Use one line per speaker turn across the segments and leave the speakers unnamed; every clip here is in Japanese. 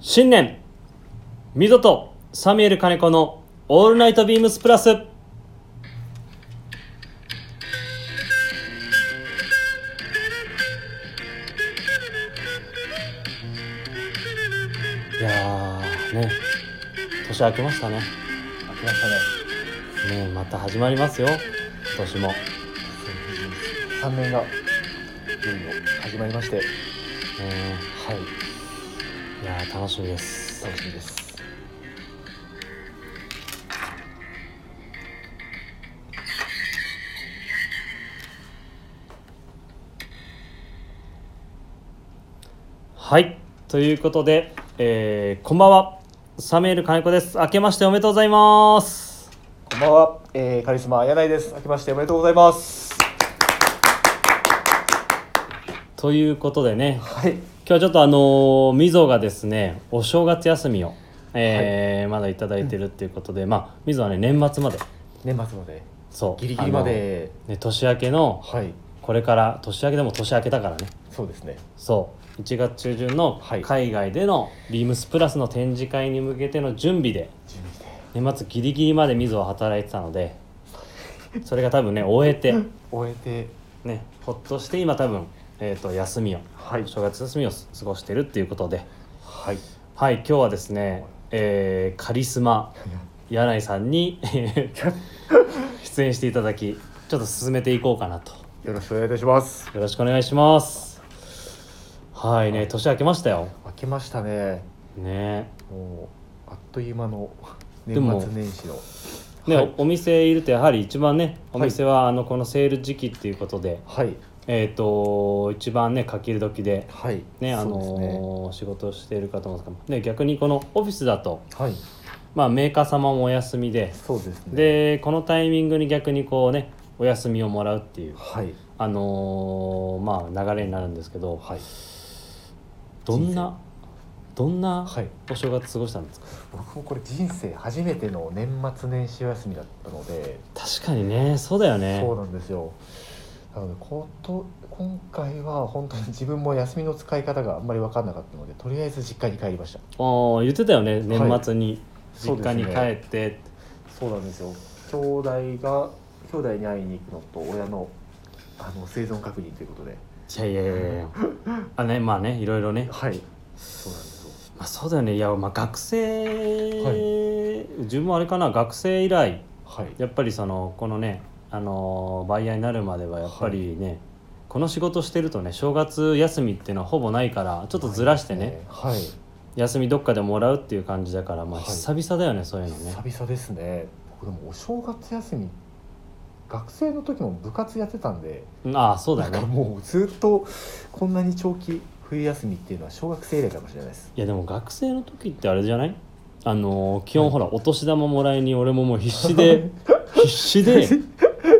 新年ミゾとサミュエル金子の「オールナイトビームスプラス」いやーね年明けましたね
開きましたね
ねまた始まりますよ今年もね
3年がいよいよ始まりましてはい
いやー楽しみです
楽しみです
はいということで、えーこんばんはサミュエル金子です明けましておめでとうございます
こんばんは、えー、カリスマ柳井です明けましておめでとうございます
ということでね
はい
今日はちょっとあのーみぞがですねお正月休みを、えーまだいただいてるっていうことで、まあみぞはね年末まで
年末まで
そう
ギリギリまで
あのね、年明けの
はい
これから年明けでも年明けだからね
そうですね
そう1月中旬の
はい
海外でのビームスプラスの展示会に向けての準備で
準備で
年末ギリギリまでみぞは働いてたのでそれが多分ね終えて
終えて
ねほっとして今多分、えー、と休みを
はい
正月休みを過ごしてるっていうことで。
はい
はい、今日はですね、えーカリスマ柳井さんに えー出演していただき、ちょっと進めていこうかなと。
よろしくお願いいたします
よろしくお願いします。はいね、年明けましたよ。
開けましたね
ね、
もうあっという間 の
でも
年末年始の
ね、
はい
おお店いるとやはり一番ね、お
はい
店はあのこのセール時期っていうことで、
はい
えっ、と一番ね書き入れ時で。
はい
ねあ
そうですね
のー仕事をしているかと思うんですけど、ね、逆にこのオフィスだと、
はい
まあ、メーカー様もお休みで、
そうですね
でこのタイミングに逆にこうねお休みをもらうっていう
はい
あのーまあ流れになるんですけど
はい
どんなどんな
はい
お正月過ごしたんですか、
僕もこれ人生初めての年末年始休みだったので、
確かにねそうだよね
そうなんですよなのでこと今回は本当に自分も休みの使い方があんまり分かんなかったのでとりあえず実家に帰りました
あー言ってたよね年末に、
そう
実
です
家
ね
に帰って、
そうなんですよ兄弟が兄弟に会いに行くのと親のあの生存確認ということで
いやいやいやい やあねまあねいろいろね、
はいそうなんですよ
まあ、そうだよねいや、まあ、学生、
は
自分もあれかな学生以来
はい
やっぱりそのこのねあのーバイヤーになるまではやっぱりね、この仕事してるとね正月休みっていうのはほぼないからちょっとずらしてね
はい
休みどっかでもらうっていう感じだからまあ
はい
久々だよね、そういうのね
久々ですね僕でもお正月休み学生の時も部活やってたんで
うんああそうだ
だ
よ
から
ね
もうずっとこんなに長期冬休みっていうのは小学生以来かもしれないです
いやでも学生の時ってあれじゃないあのー基本ほらお年玉もらいに俺ももう必死 で必死で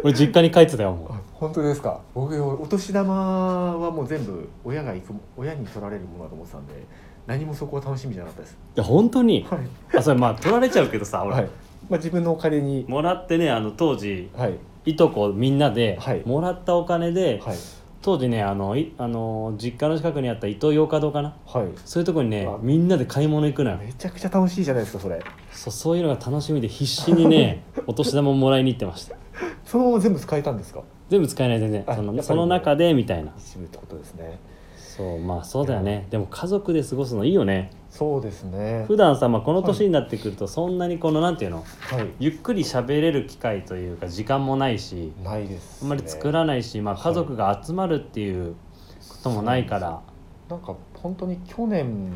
俺実家に帰ってたよも
あ本当ですか僕お年玉はもう全部親が行く親に取られるものだと思ってたんで何もそこは楽しみじゃなかったです
ういや本当に
はい、
あそれまあ取られちゃうけどさ俺、
はいまあ、自分のお金に
もらってねあの当時
はい
いとこみんなで、
はい
もらったお金で、
はい
当時ねあのいあの実家の近くにあった伊東洋華堂かな
はい
そういうとこにね
あ
みんなで買い物行くのよ
めちゃくちゃ楽しいじゃないですかそれ
そうそういうのが楽しみで必死にね お年玉もらいに行ってました
そのまま全部使えたんですか
全部使えない全然
あ
そ
やっぱ
の
り
その中でみたいな
一部ってことですね
そうまあそうだよねでも家族で過ごすのいいよね
そうですね
普段さ、まあ、この年になってくるとそんなにこのなんていうの
はい
ゆっくり喋れる機会というか時間もないし
ないです、
あんまり作らないし、まあ、
はい
家族が集まるっていうこともないから、
なんか本当に去年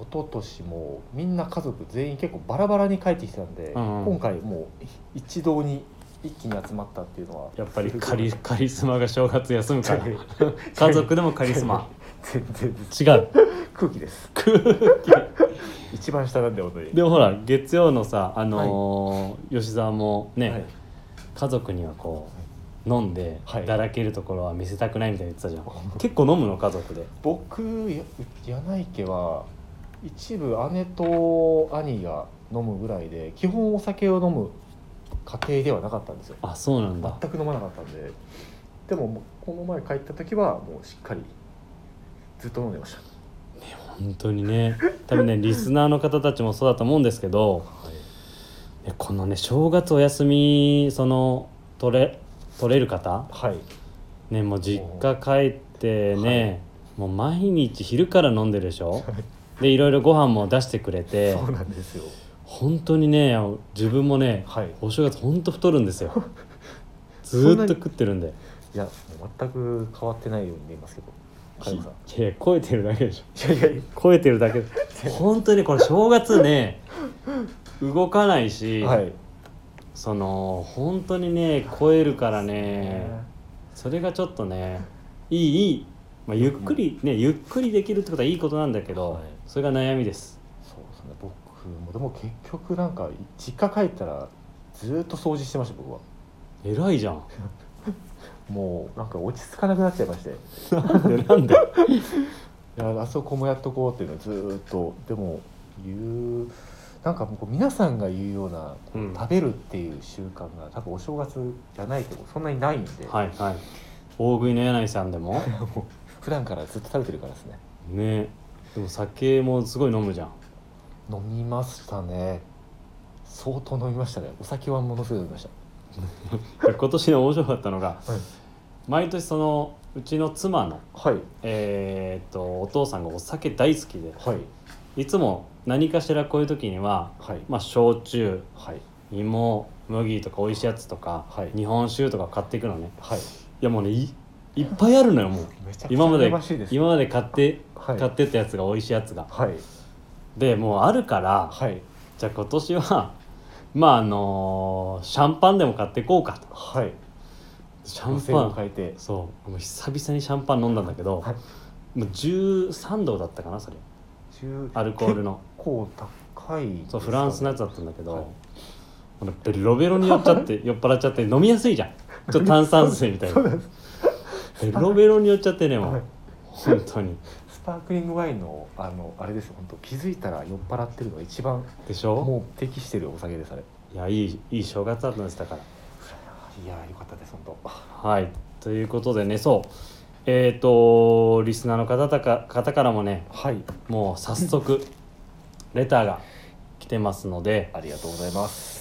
一昨年もみんな家族全員結構バラバラに帰ってきてたんで、
うん
今回もう一堂に一気に集まったっていうのは
やっぱりカリカリスマが正月休むから家
家
族でもカリスマ
全然です
違う
空気です一番下なんで本当に
でもほら月曜のさあのー吉沢もね、
はい
家族にはこう飲んで、
はい
だらけるところは見せたくないみたいに言ってたじゃん結構飲むの家族で
僕や柳家は一部姉と兄が飲むぐらいで基本お酒を飲む家庭ではなかったんですよ
あそうなんだ
全く飲まなかったんででももうこの前帰った時はもうしっかりずっと飲んでました
本当にね多分ねリスナーの方たちもそうだと思うんですけどねこのね正月お休みその取れ取れる方
はい、
ねもう実家帰ってね、もう毎日昼から飲んでるで しょでいろいろご飯も出してくれて
そうなんですよ
本当にね自分もね
はい
お正月本当太るんです よずーっと食ってるんで
いやもう全く変わってないように見えますけど加山さん
いやいや超えてるだけでしょ
いやいや
超えてるだけ本当にこれ正月 ね動かないし、
はい
その本当にね超えるからねそれがちょっとねいいいい、まあ、ゆっくりねゆっくりできるってことはいいことなんだけど、
はい
それが悩みです
そうですね僕もでも結局なんか実家帰ったらずーっと掃除してました僕は
偉いじゃ ん
もうなんか落ち着かなくなっちゃいましてい
なんでなんで
やあそこもやっとこうっていうのはずーっとでも言うなんかもうこう皆さんが言うような
うんは
食べるっていう習慣が多分お正月じゃないけどそんなにないんで、
いはい大食いの柳井さんで も
普段からずっと食べてるからですね
ねでも酒もすごい飲むじゃん
飲みましたね相当飲みましたねお酒はものすごい飲みました
今年ね面白かったのが、
はい
毎年そのうちの妻の
はい
えーっとお父さんがお酒大好きで
はい
いつも何かしらこういう時には、
はい
まあ、焼酎
はい
芋麦とか美味しいやつとか、
はい
日本酒とか買っていくのね
はい
いやもうねいいっぱいあるのよもう
めちゃくちゃ
今まで
羨ましいです
今まで買って、
はい
買ってったやつが美味しいやつが
はい
でもうあるから
はい
じゃあ今年はまああのーシャンパンでも買っていこうかと
はい
シャ
感
ン
性を
パン
変えて
そうもう久々にシャンパン飲んだんだけど、
はい
もう13度だったかなそれ
10
アルコールの
結構高いですかね
そうフランスのやつだったんだけど、
はい
このベロベロに酔っちゃって 酔っ払っちゃって飲みやすいじゃんちょっと炭酸水みたいな
そうです
ベロベロに酔っちゃってねもう、
はい
本当に
スパークリングワインのあのあれです本当気づいたら酔っ払ってるのが一番
でしょ
もう適してるお酒ですあれ
いやいいいい正月だったんですだから
いやーよかったです本当
はいということでねそうえっ、とリスナーの方たか方からもね
はい
もう早 速レターが来てますので、
ありがとうございます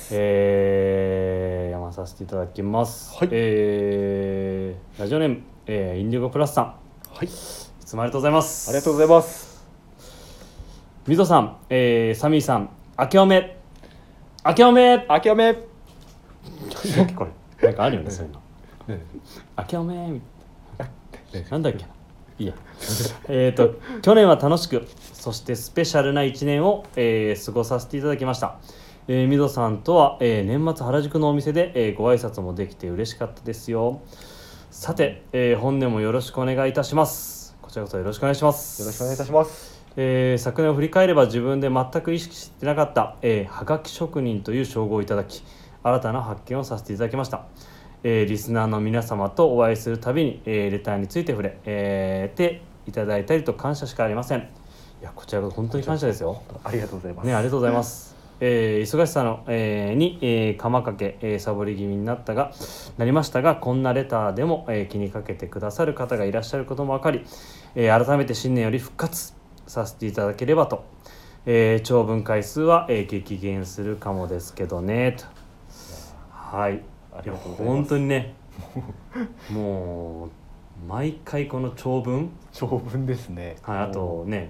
えー、読まさせていただきます、
はい
えーラジオネーム、えーインディゴプラスさん
はい
いつもありがとうございます
ありがとうございます
みぞさん、えー、サミーさん、明けおめ。明けおめ。
明けおめ
これ、なんかあるよ ね、そういうの。明けおめ。なんだっけな。いいや。えっと、去年は楽しく、そしてスペシャルな一年を、えー過ごさせていただきました。えー、みぞさんとは、えー年末原宿のお店で、えーご挨拶もできて嬉しかったですよ。さて、えー本年もよろしくお願いいたします。こちらこそよろしくお願いします。
よろしくお願いいたします
えー昨年を振り返れば自分で全く意識してなかった、えー、はがき職人という称号をいただき新たな発見をさせていただきました、えーリスナーの皆様とお会いするたびに、えーレターについて触れ、えーていただいたりと感謝しかありませんいやこちらこそ本当に感謝ですよ
ありがとうございます
ね、ありがとうございます。えー忙しさの、えーに、えー、釜かけ、えーサボり気味になったがなりましたがこんなレターでも、えー気にかけてくださる方がいらっしゃることも分かり、えー改めて新年より復活させていただければと、えー長文回数は、えー激減するかもですけどねとはい
あ
い
り
や
がとうございます
本当にね もう毎回この長文、
長文ですね
はい、あとね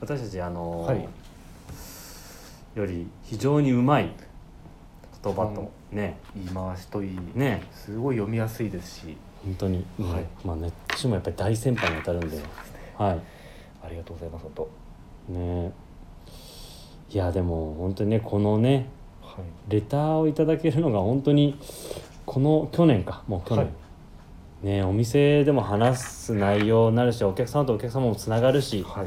私たちあのー
はい
より非常にうまい言葉とね
言い回しといい
ね
すごい読みやすいですし
本当に、うん
はい
まあね私もやっぱり大先輩に当たるんでは
ありがとうございます本当
いねいやでも本当にねこのね
はい
レターをいただけるのが本当にこの去年かもう去年、
は
ねお店でも話す内容になるしお客様とお客様もつながるし
はい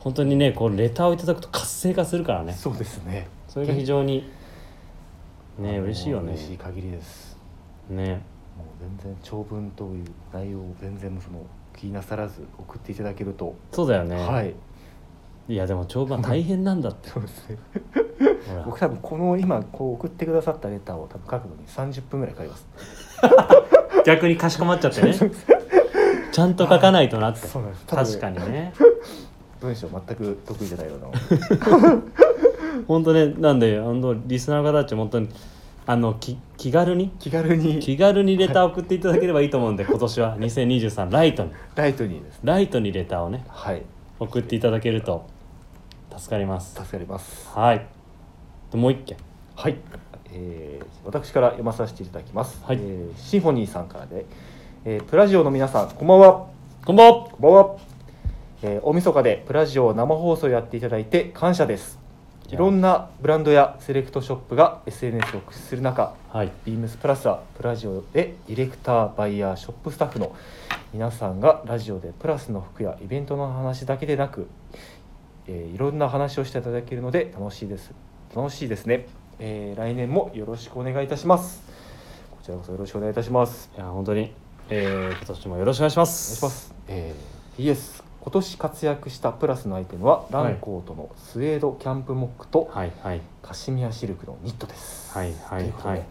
本当にねこうレターをいただくと活性化するからね
そうですね
それが非常にね
あの
嬉しいよね
嬉しい限りです
ね
もう全然長文という内容を全然その気になさらず送っていただけると、
そうだよね、
はい
いやでも帳場大変なんだって
そうですね
ほら
僕多分この今こう送ってくださったレターを多分書くのに30分ぐらいかかります
逆にか しこまっちゃってねちゃんと書かないとなって
うなんです
確かにね
文章全く得意じゃないような
本当ねなんであのリスナーの方たち本当にあのき気軽に
気 軽に
気軽にレター送っていただければいいと思うんで今年は2023ライトに
ライトにです
ライトにレターをね
はい
送っていただけると助かります
助かります
はいでもう一件
はい、えー私から読まさせていただきます、
はい
えーシンフォニーさんからで、えープラジオの皆さんこんばんは
こんばんは
こんばんは、えー大晦日でプラジオを生放送やっていただいて感謝ですいろんなブランドやセレクトショップが SNS を駆使する中
はい
ビームスプラスはプラジオでディレクターバイヤーショップスタッフの皆さんがラジオでプラスの服やイベントの話だけでなく、えーいろんな話をしていただけるので楽しいです楽しいですね、えー来年もよろしくお願いいたしますこちらこそよろしくお願いいたします
いや本当に、えー、今年もよろしくお願いしま
お願い
す
します、えー PS 今年活躍したプラスのアイテムはランコートのスウェードキャンプモックと
はいはい
カシミヤシルクのニットです
はいはい
ということで
はい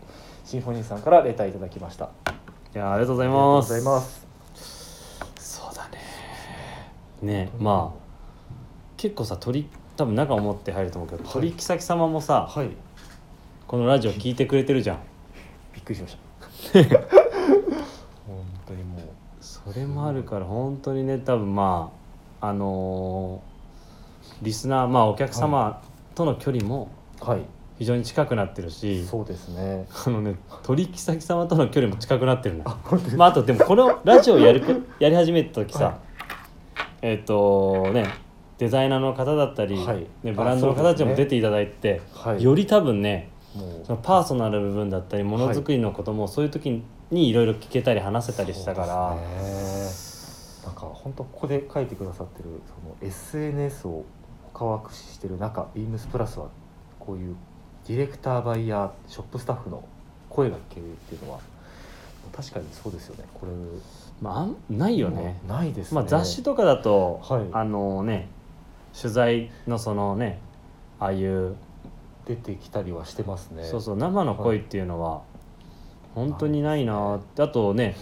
シンフォニーさんからレターいただきました
いやありがとうご
ありがと
ざいます
うございます。
そうだねねまあ結構さ鳥多分中思って入ると思うけど、
はい
鳥木崎様もさ、
はい。
このラジオ聞いてくれてるじゃん
びっくりしました。 本当にもう。
それもあるから本当にね多分まああのーリスナーまあお客様との距離も
はい。
非常に近くなってるし、
そうですね。
あのね鳥木崎様との距離も近くなってるのよ
あ、本当です。
まああとでもこのラジオやるこやり始めた時さ、
は
えっ、とねデザイナーの方だったり、
はい
ね、
あ
ブランドの方たちも出ていただいて、
はい。
より多分ね
も
そのパーソナルな部分だったりものづくりのこともそういう時にいろいろ聞けたり話せたりしたから、
そうですねなんか本当ここで書いてくださってるその SNS を他は駆使してる中、ビームスプラスはこういうディレクターバイヤーショップスタッフの声が聞けるっていうのは確かにそうですよね。これ
まああんないよね、
ないですね。
まあ、雑誌とかだと、
はい
あのね取材のそのねああいう、
出てきたりはしてますね。
そうそう生の声っていうのは本当にないなってあとね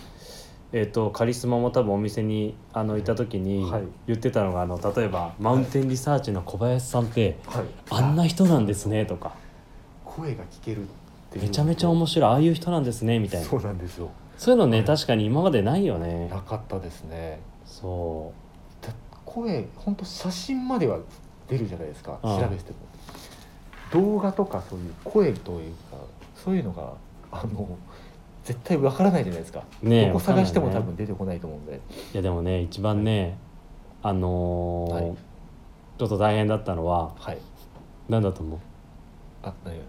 えー、とカリスマも多分お店にあのいた時に
はい
言ってたのがあの例えば「マウンテンリサーチの小林さんって
はい。
あんな人なんですね」とか
声が聞けるっていう
めちゃめちゃ面白いああいう人なんですねみたいな
そうなんですよ
そういうのね
はい
確かに今までないよね
なかったですね
そ
だ声本当写真までは出るじゃないですか
ああ
調べても動画とかそういう声というかそういうのがあの絶対わからないじゃないですか、
うね
どこ探しても
わか
多
んないね
分出てこないと思うんで、
いやでもね一番ねあのー
はい
ちょっと大変だったのは
はい
何だと思う
あ何が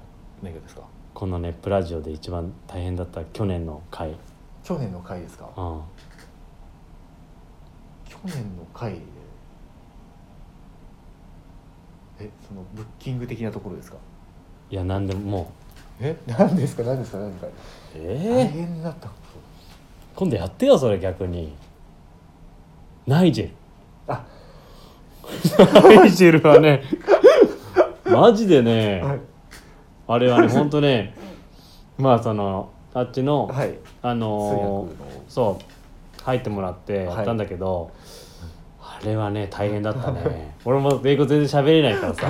何がですか
このねプラジオで一番大変だった去年の回、
去年の回ですか
うん、
去年の回でえそのブッキング的なところですか
いや何でもも
え何ですか何ですか何ですか
うえ
大
ー、
変だったこ
今度やってよそれ逆にナイジェル
とあ
ナイジェルはね マジでね、
はい
あれはね本当ねまあそのあっちの、
はい
あのー
通訳の
そう入ってもらって
はい
やったんだけど、あれはね大変だった ね俺も英語全然喋れないからさ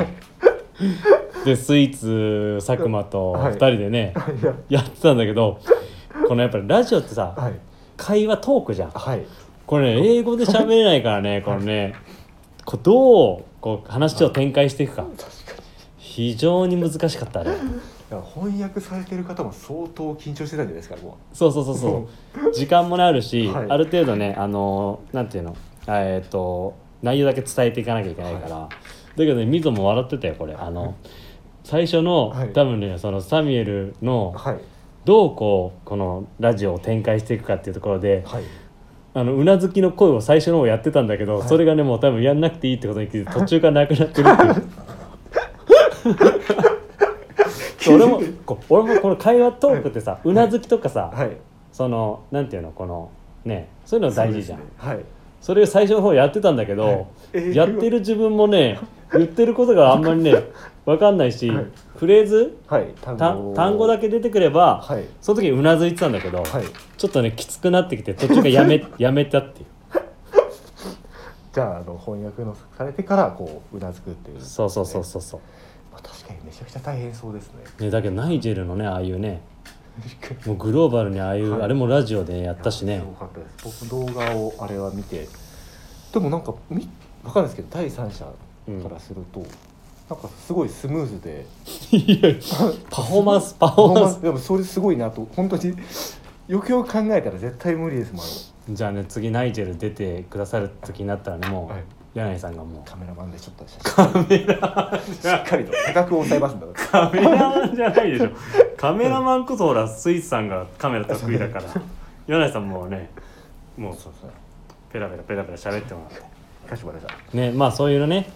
でスイーツ佐久間と
はい
2人でね、
いや
やってたんだけどこのやっぱりラジオってさ、
はい
会話トークじゃん
はい
これね英語で喋れないから ねこのねこうどうこう話を展開していくか
確かに
非常に難しかったあ れ
いや翻訳されてる方も相当緊張してたんじゃないですかも
そうそうそうそう時間もねある し、
はい
ある程度ねあのなんていうのあえっ、と内容だけ伝えていかなきゃいけないから、だけどねみぞも笑ってたよこれあの最初の、
はい
多分ねそのサミュエルの
うはい
どうこうこのラジオを展開していくかっていうところで
はい
あのうなずきの声を最初の方やってたんだけど、
はい
それがねもう多分やんなくていいってことに気づいて途中からなくなってるっていう そう俺もこう俺もこの会話トークってさ、うなずきとかさ、
はい
そのなんていうのこのねそういうの大事じゃんそ,、
そうですねはい
れを最初の方やってたんだけど、
えー
やってる自分もね言ってることがあんまり ね分かんないし、
はい
フレーズ
はい
単単語だ
け
け出てくれば、
はい
その時うなずいてたんだけど、
はい
ちょっとねきつくなってきて途中からやめやめたっていう
じゃああの翻訳のされてからこううなずくっていう、
そうそうそうそうそう
まあ、確かにめちゃくちゃ大変そうですね
ね、だけどナイジェルのねああいうねもうグローバルにああいう、
はい
あれもラジオでやったし
い
ね
やすごかったです僕動画をあれは見てでもなんかみわかんないですけど第三者からすると、なんかすごいスムーズで
いや パフォーマンスパフォーマンス
でもそれすごいなと本当によくよく考えたら絶対無理ですもんあ
じゃあね次ナイジェル出てくださる時になったらねもう、
はい
柳井さんがも
の
う
カメラマンでちょっと写真しっかりと価格を抑えますんだから
カメラマンじゃないでしょカメラマンこそほらスイーツさんがカメラ得意だ から柳井さんもうねもう
そうですね
ペラペラペラペラ喋ってもらっ
かしこまりました
てねまあそういうのね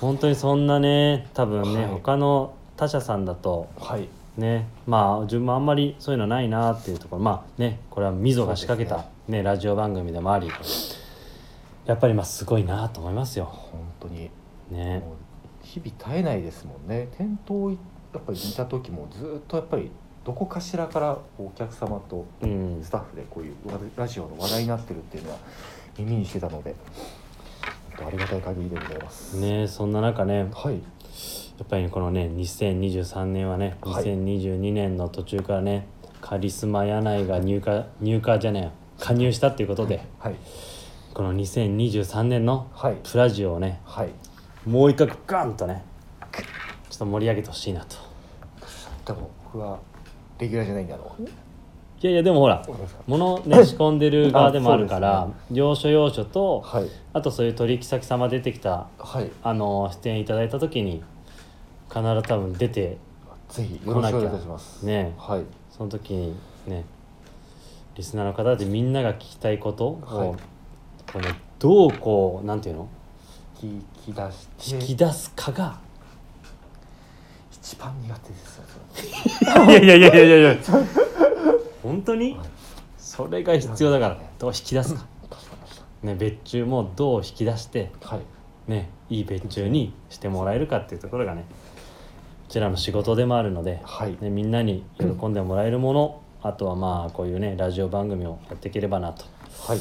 本当にそんなね多分ね、
はい
他の他社さんだと
はい
ねまあ自分もあんまりそういうのないなっていうところまあねこれは溝が仕掛け
そう
た、ねラジオ番組でもありやっぱりまあすごいなと思いますよ。
本当に
ね
もう日々絶えないですもんね店頭いやっぱり見た時もずっとやっぱりどこかしらからお客様と
うん
スタッフでこういうわラジオの話題になってるっていうのは耳にしてたので本当ありがたい限りでございます、
ねそんな中ね
はい
やっぱりこのね2023年はね
はい
2022年の途中からねカリスマ柳井が入荷入荷じゃねえ加入したっていうことで
はい
この2023年の
はい
プラジオをね
はい
もう一回ガンとねちょっと盛り上げてほしいなと
でも僕はレギュラーじゃないんだろう
いやいやでもほら
わかりますか
物ね仕込んでる側でもあるから
あそう
要所要所と
はい
あとそういう取引先様出てきた
はい
あの出演いただいた時に必ず多分出て
ぜひよ
来
ろ
な
し
き
く
ゃ
お願いいたします
ね
はい
その時にねリスナーの方でみんなが聞きたいことを、
はい
これねどうこうなんていうの
聞き出して
引き出すかが、
一番苦手ですよそれ
いやいやいやいやいや本当にそれが必要だからどう引き出すか、
確かに確か
ね、別注もどう引き出して
にはい
ね、いい別注にしてもらえるかっていうところがねこちらの仕事でもあるので、
はい
ね、みんなに喜んでもらえるものあとはまあこういうねラジオ番組をやっていければなと
はい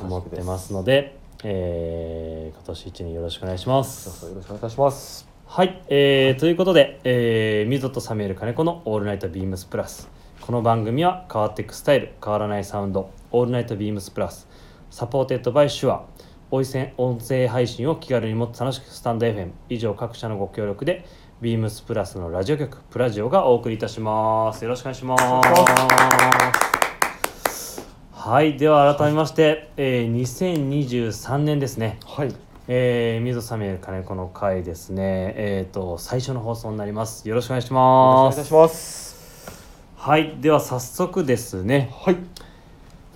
思ってますすので、えー今年一年よろしくお願いしま
どうぞ
す。
よろしくお願いいたします
はい、えーということで、えー、ミゾとサミュエル金子の「オールナイトビームスプラス」この番組は変わっていくスタイル変わらないサウンド「オールナイトビームスプラス」サポーテッドバイシュア音声音声配信を気軽にもっと楽しくスタンド FM 以上各社のご協力でビームスプラスのラジオ局プラジオがお送りいたしますよろしくお願いしますはいでは改めまして、えー、2023年ですね
はい
えー、水戸サミュエル金子の会ですね、えー、と最初の放送になりますよろしくお願いします
お願いいたします
はいでは早速ですね
はい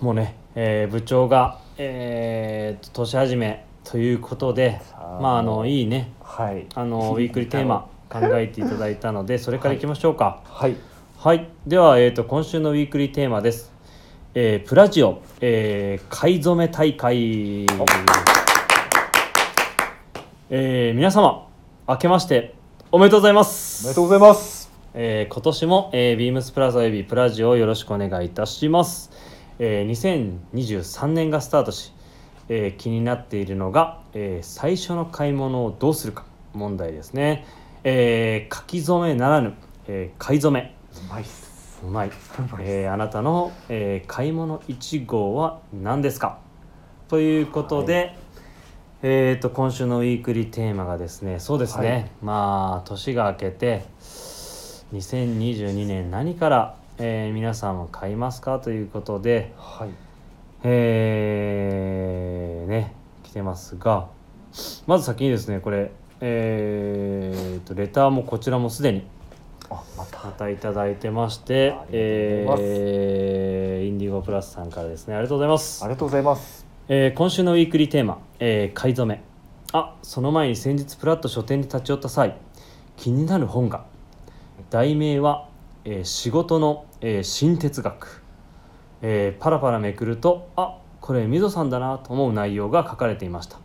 もうね、えー部長が、えー、年始めということで
さあ
まああのいいね
はい
あ のウィークリーテーマ考えていただいたのでそれからいきましょうか
はい
はい、では、えー、と今週のウィークリーテーマです、えー、プラジオ、えー、買い初め大会えー、皆様明けましておめでとうございま
おめですとうございます
えー今年も、えービームスプラザおよびプラジオをよろしくお願いいたします、えー2023年がスタートし、えー気になっているのが、えー最初の買い物をどうするか問題ですね、えー書き初めならぬ、えー買い初め
うまいっす
うまい、
まいっす
えーあなたの、えー買い物1号は何ですかということで、えー、と今週のウィークリーテーマがですねそうですね、
はい
まあ年が明けて2022年何から、えー皆さんは買いますかということで
はい
えー、ね来てますがまず先にですねこれえー、とレターもこちらもすでに
あまた
またいただいてまして
あ、りがとうございます
えーインディゴプラスさんからですね、ありがとうございます
あり。がとうございます
えー今週のウィークリーテーマ、えー買い初め。あ、その前に先日プラッと書店に立ち寄った際、気になる本が、題名は、えー仕事の、えー新哲学、えーパラパラめくると、あ、これ溝さんだなと思う内容が書かれていました。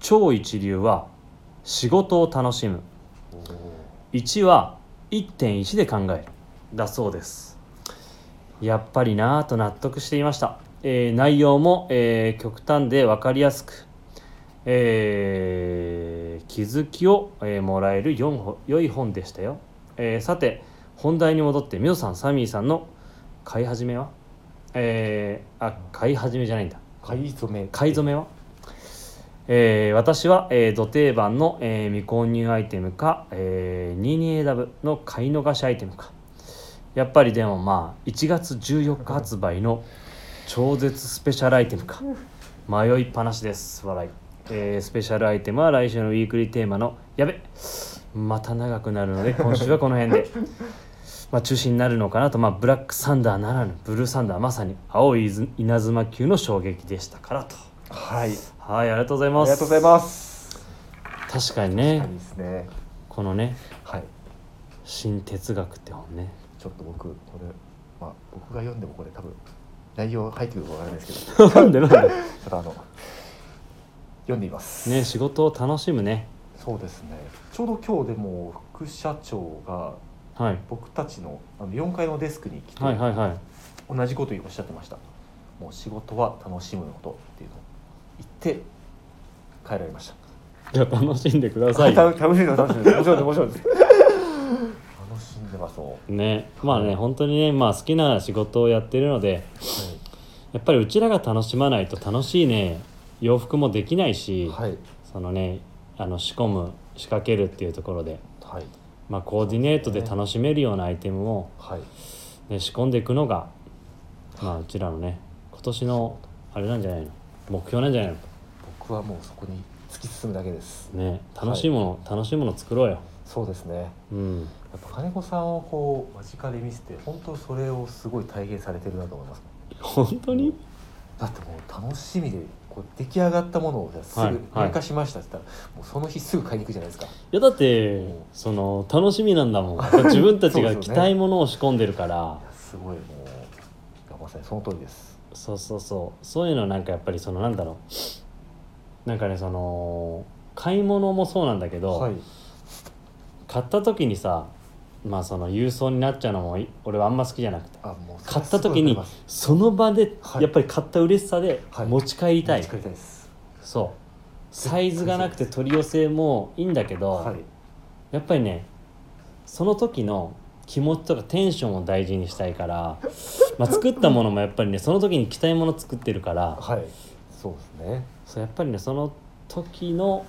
超一流は仕事を楽しむ。1は1.1で考えるだそうですやっぱりなぁと納得していましたえー内容も、えー極端で分かりやすく、えー気づきを、えーもらえる4本良い本でしたよ、えーさて本題に戻ってみおさんサミーさんの買い始めはえーあ買い始めじゃないんだ
買い初め
買い初めは、えー私は、えー、土定番の、えー未購入アイテムか、えー 22AW の買い逃しアイテムかやっぱりでもまあ1月14日発売の超絶スペシャルアイテムか迷いっぱなしです笑い、えースペシャルアイテムは来週のウィークリーテーマのやべまた長くなるので今週はこの辺で。まあ、中心になるのかなと、まあ、ブラックサンダーならぬブルーサンダーまさに青い稲稲妻級の衝撃でしたからと
はいあり
はいありがとうござい
が
ます
とうございます
確かに
いい
ね
ですね
このね
はい
新哲学って本ね
ちょっと僕これまあ僕が読んでもこれ多分内容入ってくるかわからないですけどち ょ
なんでなんで
っとあの読んでみます
ね仕事を楽しむね
そうですねちょうど今日でも副社長が
はい
僕たちのあの4階のデスクに来て、
はいはいはい
同じことをおっしゃってましたもう仕事は楽しむことっていうのを言って帰られました
じゃあ楽しんでくださ
楽
い よ
しんでます楽しんでますもちろんですもちろんです楽しんでますも
ねまあね本当にねまあ好きな仕事をやってるのでやっぱりうちらが楽しまないと楽しいね洋服もできないし、
うはい
そのねあの仕込む仕掛けるっていうところで
はい
まあ、コーディネートで楽しめるようなアイテムを、
はい
ね、仕込んでいくのが、まあ、うちらのね今年のあれなんじゃないの目標なんじゃないの
僕はもうそこに突き進むだけです
ね楽しいもの、楽しいもの作ろうよ、
そうですね
うん、
やっぱ金子さんをこう間近で見せて本当それをすごい体現されてるなと思います
本当に
だってもう楽しみでこう出来上がったものをす
はい
ぐ入荷しましたって言ったら、もうその日すぐ買いに行くじゃないですか
いやだって
うん
その楽しみなんだもん自分たちが
そうです
着
よね
たいものを仕込んでるから
いやすごいもういやまさにその通りです
そうそうそうそういうのなんかやっぱりそのなんだろうなんかねその買い物もそうなんだけど、
はい
買った時にさまあその郵送になっちゃうのもい俺はあんま好きじゃなくて
あもうそれ
買った時に
すごいわかります
その場で
はい
やっぱり買った嬉しさで
はい
持ち帰りたい、
持ち帰りたいです
そうサイズがなくて取り寄せもいいんだけど、
はい
やっぱりねその時の気持ちとかテンションを大事にしたい から、まあ、作ったものもやっぱりねその時に着たいもの作ってるから
はいそうですね
そうやっぱりねその時の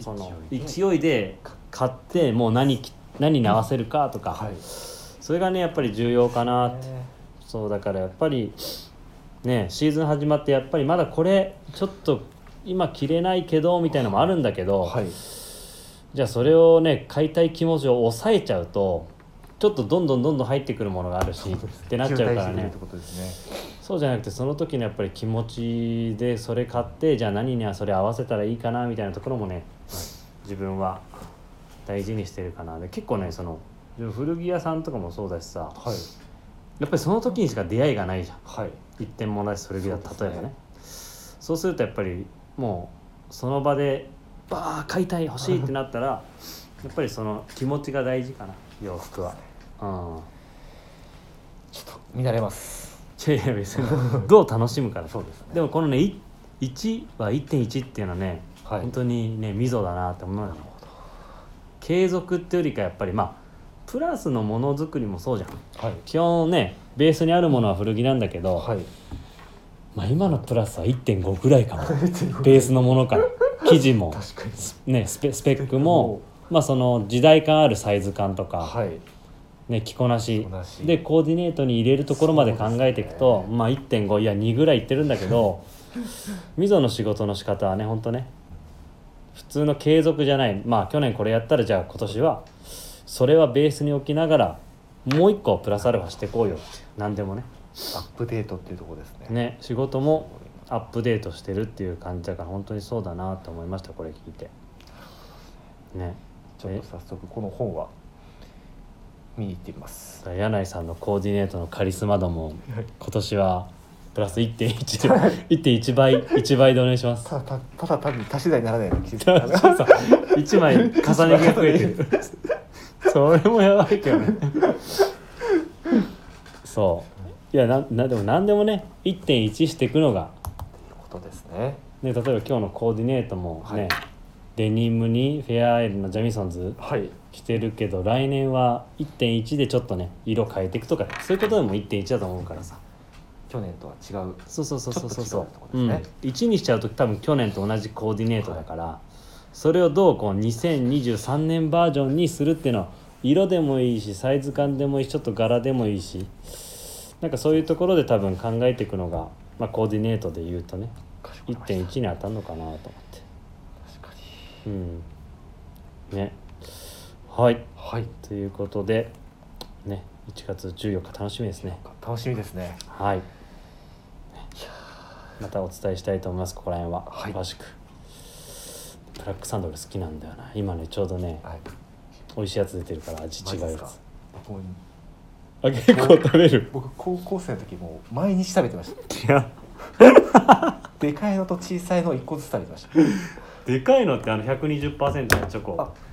その
勢いで
勢いで買ってもう何着何に合わせるかとか、
はい
それがねやっぱり重要かなって
ね
そうだからやっぱりねシーズン始まってやっぱりまだこれちょっと今着れないけどみたいなのもあるんだけど、
はい
じゃあそれをね買いたい気持ちを抑えちゃうとちょっとどんどんどんどん入ってくるものがあるしってなっちゃうから
重大事に入れるっ
ね
てことですね
そうじゃなくてその時のやっぱり気持ちでそれ買ってじゃあ何にはそれ合わせたらいいかなみたいなところもね、自分は大事にしてるかなで結構ねその古着屋さんとかもそうだしさ
はい
やっぱりその時にしか出会いがないじゃん
はい
一点もないそれぐらい
そう
例
ですね
えばねそうするとやっぱりもうその場でバー買いたい欲しいってなった らやっぱりその気持ちが大事かな洋服はうん
ちょっと見慣れます
いやいや別にどう楽しむから
そうですね
でもこのねい1は1.1っていうのはね、
はい
本当にね溝だなって思うのよ継続っていうよりかやっぱりまあプラスのものづくりもそうじゃん
はい
基本ねベースにあるものは古着なんだけど、
はい
まあ、今のプラスは1.5ぐらいかもベースのものから生地 も、
確かに
ね、スペスペックも、まあ、その時代感あるサイズ感とか、
はい
ね、着こなし
着こなし
でコーディネートに入れるところまで考えていくと、
そうです
まあ、1.5いや2ぐらいいってるんだけ どみぞの仕事の仕方はねほんとね普通の継続じゃないまあ去年これやったらじゃあ今年はそれはベースに置きながらもう一個プラスアルファしていこうよって何でもね
アップデートっていうところですね
ね仕事もアップデートしてるっていう感じだから本当にそうだなと思いましたこれ聞いてね
ちょっと早速この本は見に行ってみます
え柳井さんのコーディネートのカリスマ度も今年はプラス1.1
はい
で1.1倍1倍でお願いし ます
ただたただ単に足し算にならないような 気
そう
が
そう1枚重ね着が増えてるそれもやばいけどねそういやなんなでも何でもね1.1していくのが、
ことですね
ね、例えば今日のコーディネートもね、
はい
デニムにフェアアイルのジャミソンズ
はい
着てるけど来年は1.1でちょっとね色変えていくとかそういうことでも1.1だと思うからさ
去年とは違う
そうそうそうそうそう
ちょっと違うってことで
う
す
ん
ね、
1にしちゃうと多分去年と同じコーディネートだから、それをどうこう2023年バージョンにするっていうのは色でもいいしサイズ感でもいいしちょっと柄でもいいしなんかそういうところで多分考えていくのが、まあ、コーディネートで言うとね
かしこまりまし
1.1に当たるのかなと思って
た確かに
うんねはい
はい
ということでね1月14日楽しみですね
楽しみですね
はい。またお伝えしたいと思います。ここら辺は、
はい
詳しく。ブラックサンドル好きなんだよな。今ねちょうどね
はい
美味しいやつ出てるから味違う
マ
や
ジで
つ
すか。僕も
あ結構食べる。
僕高校生の時もう毎日食べてました
いや
でかいのと小さいのを1個ずつ食べてました
でかいのってあの120%のチョコ。
あ
あ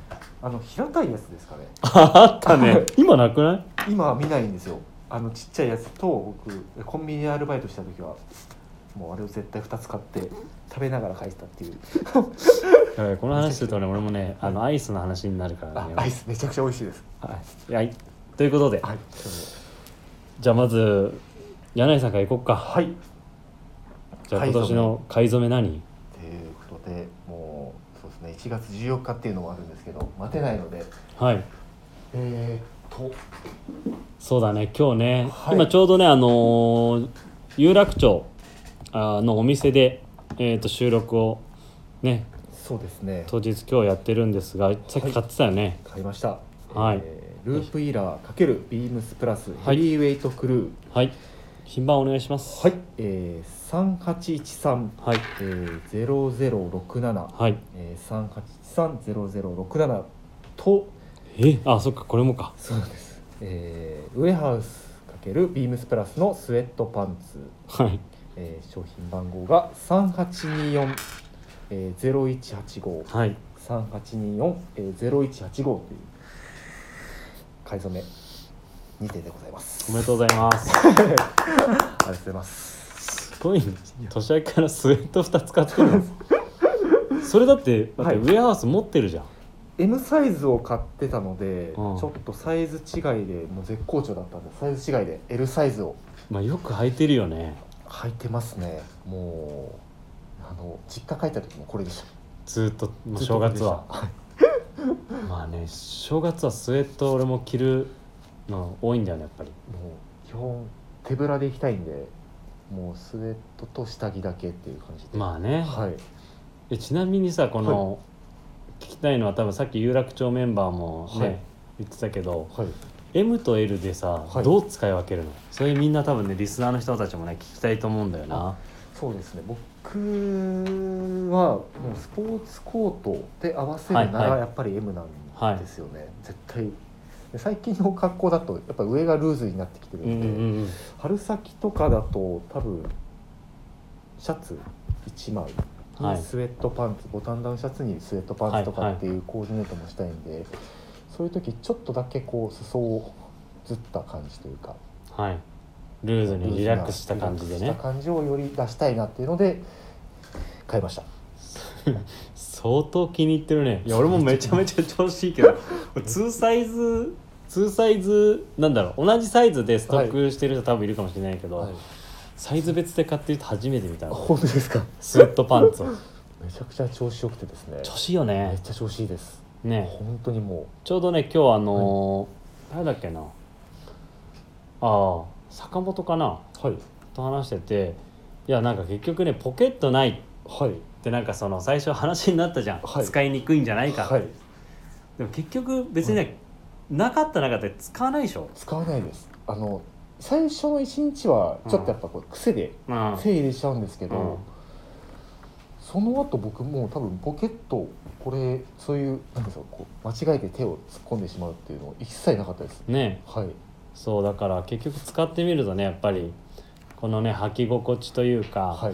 あの平たいやつですかね
あった ね。今なくない？
今は見ないんですよあのちっちゃいやつと僕コンビニでアルバイトした時はもうあれを絶対2つ買って食べながら帰ったっていう
やばいこの話するとね俺もねあのアイスの話になるから
あ
ね。
アイスめちゃくちゃ美味しいです
はい。はい。ということで、
はい
じゃあまず柳井さんから行こうか。
はい
じゃあ今年の買い初め何？
ということでもうそうですね1月14日っていうのもあるんですけど待てないので
はい。
えー、と
そうだね今日ね、
はい
今ちょうどねあのー有楽町あーのお店で、えー、と収録をね
そうですね
当日今日やってるんですがさっき買ってたよね、
買いました、
はい
えーループイラー×ビームスプラス
は
ヘ
い
ビーウェイトクルー
はい、品番お願いします
はい、えー、3813
はい
えー、0067、
はい
えー、38130067と
えあそっかこれもか
そうなんです、えー、ウエハウス×ビームスプラスのスウェットパンツ、
はい
えー、商品番号が3824えー、0185
はい
3824えー、0185という買い初め2点でございます
おめでとうございます
ありがとうございます
すごいね年明けからスウェット2つ買ってる んですそれだってだって
はい
ウェアハウス持ってるじゃん、
M サイズを買ってたので、
うん
ちょっとサイズ違いでもう絶好調だったんでサイズ違いで L サイズを
まあよく履いてるよね
履いてますねもうあの実家帰った時もこれでした
ずーっともう
ずっ
正
とこれで
月
した
はまあね正月はスウェット俺も着るの多いんだよねやっぱり
もう基本手ぶらで行きたいんでもうスウェットと下着だけっていう感じで
まあね、
はい
えちなみにさこの、聞きたいのは多分さっき有楽町メンバーもね、
はい
言ってたけど
はい
M と L でさ、
はい
どう使い分けるのそれみんな多分ねリスナーの人たちもね聞きたいと思うんだよな
そうですね僕はもうスポーツコートで合わせる
は
ない
は
ら
い
やっぱり M なん
はい
ですよね、絶対で最近の格好だとやっぱ上がルーズになってきてる
うん
ん
う
で、
んうん
春先とかだと多分シャツ1枚に
はい
スウェットパンツ、ボタンダウンシャツにスウェットパンツと
は
か
いはい
っていうコーディネートもしたいんで、そういう時ちょっとだけこう裾をずった感じというか
はいルーズにリラックスした感じで
リラッ
ね
クスした感じをより出したいなっていうので買いました
相当気に入ってるねいや俺もめちゃめちゃ調子いいけど2サイズ2サイズなんだろう同じサイズでストックしてる人多分いるかもしれないけど、サイズ別で買ってる人初めて見た
あ
の
本当ですか
スウェットパンツを
めちゃくちゃ調子よくてですね
調子いいよ
めっ
ね
ちゃ調子いいです
ね
本当にも
ちょうどね今日あのー誰だっけなああ坂本かな
うはい
と話してていやなんか結局ねポケットないっ
はい
てなんかその最初話になったじゃん、
はい
使いにくいんじゃないか、
はい
でも結局別にね、なかった中で使わないでしょ、
使わないですあの最初の1日はちょっとやっぱこう癖で
うん、
手入れしちゃうんですけど、
うん
その後僕もう多分ポケットこれそういうなんですかこう間違えて手を突っ込んでしまうっていうの一切なかったです
ね
はい
そうだから結局使ってみるとねやっぱりこのね履き心地というか、
はい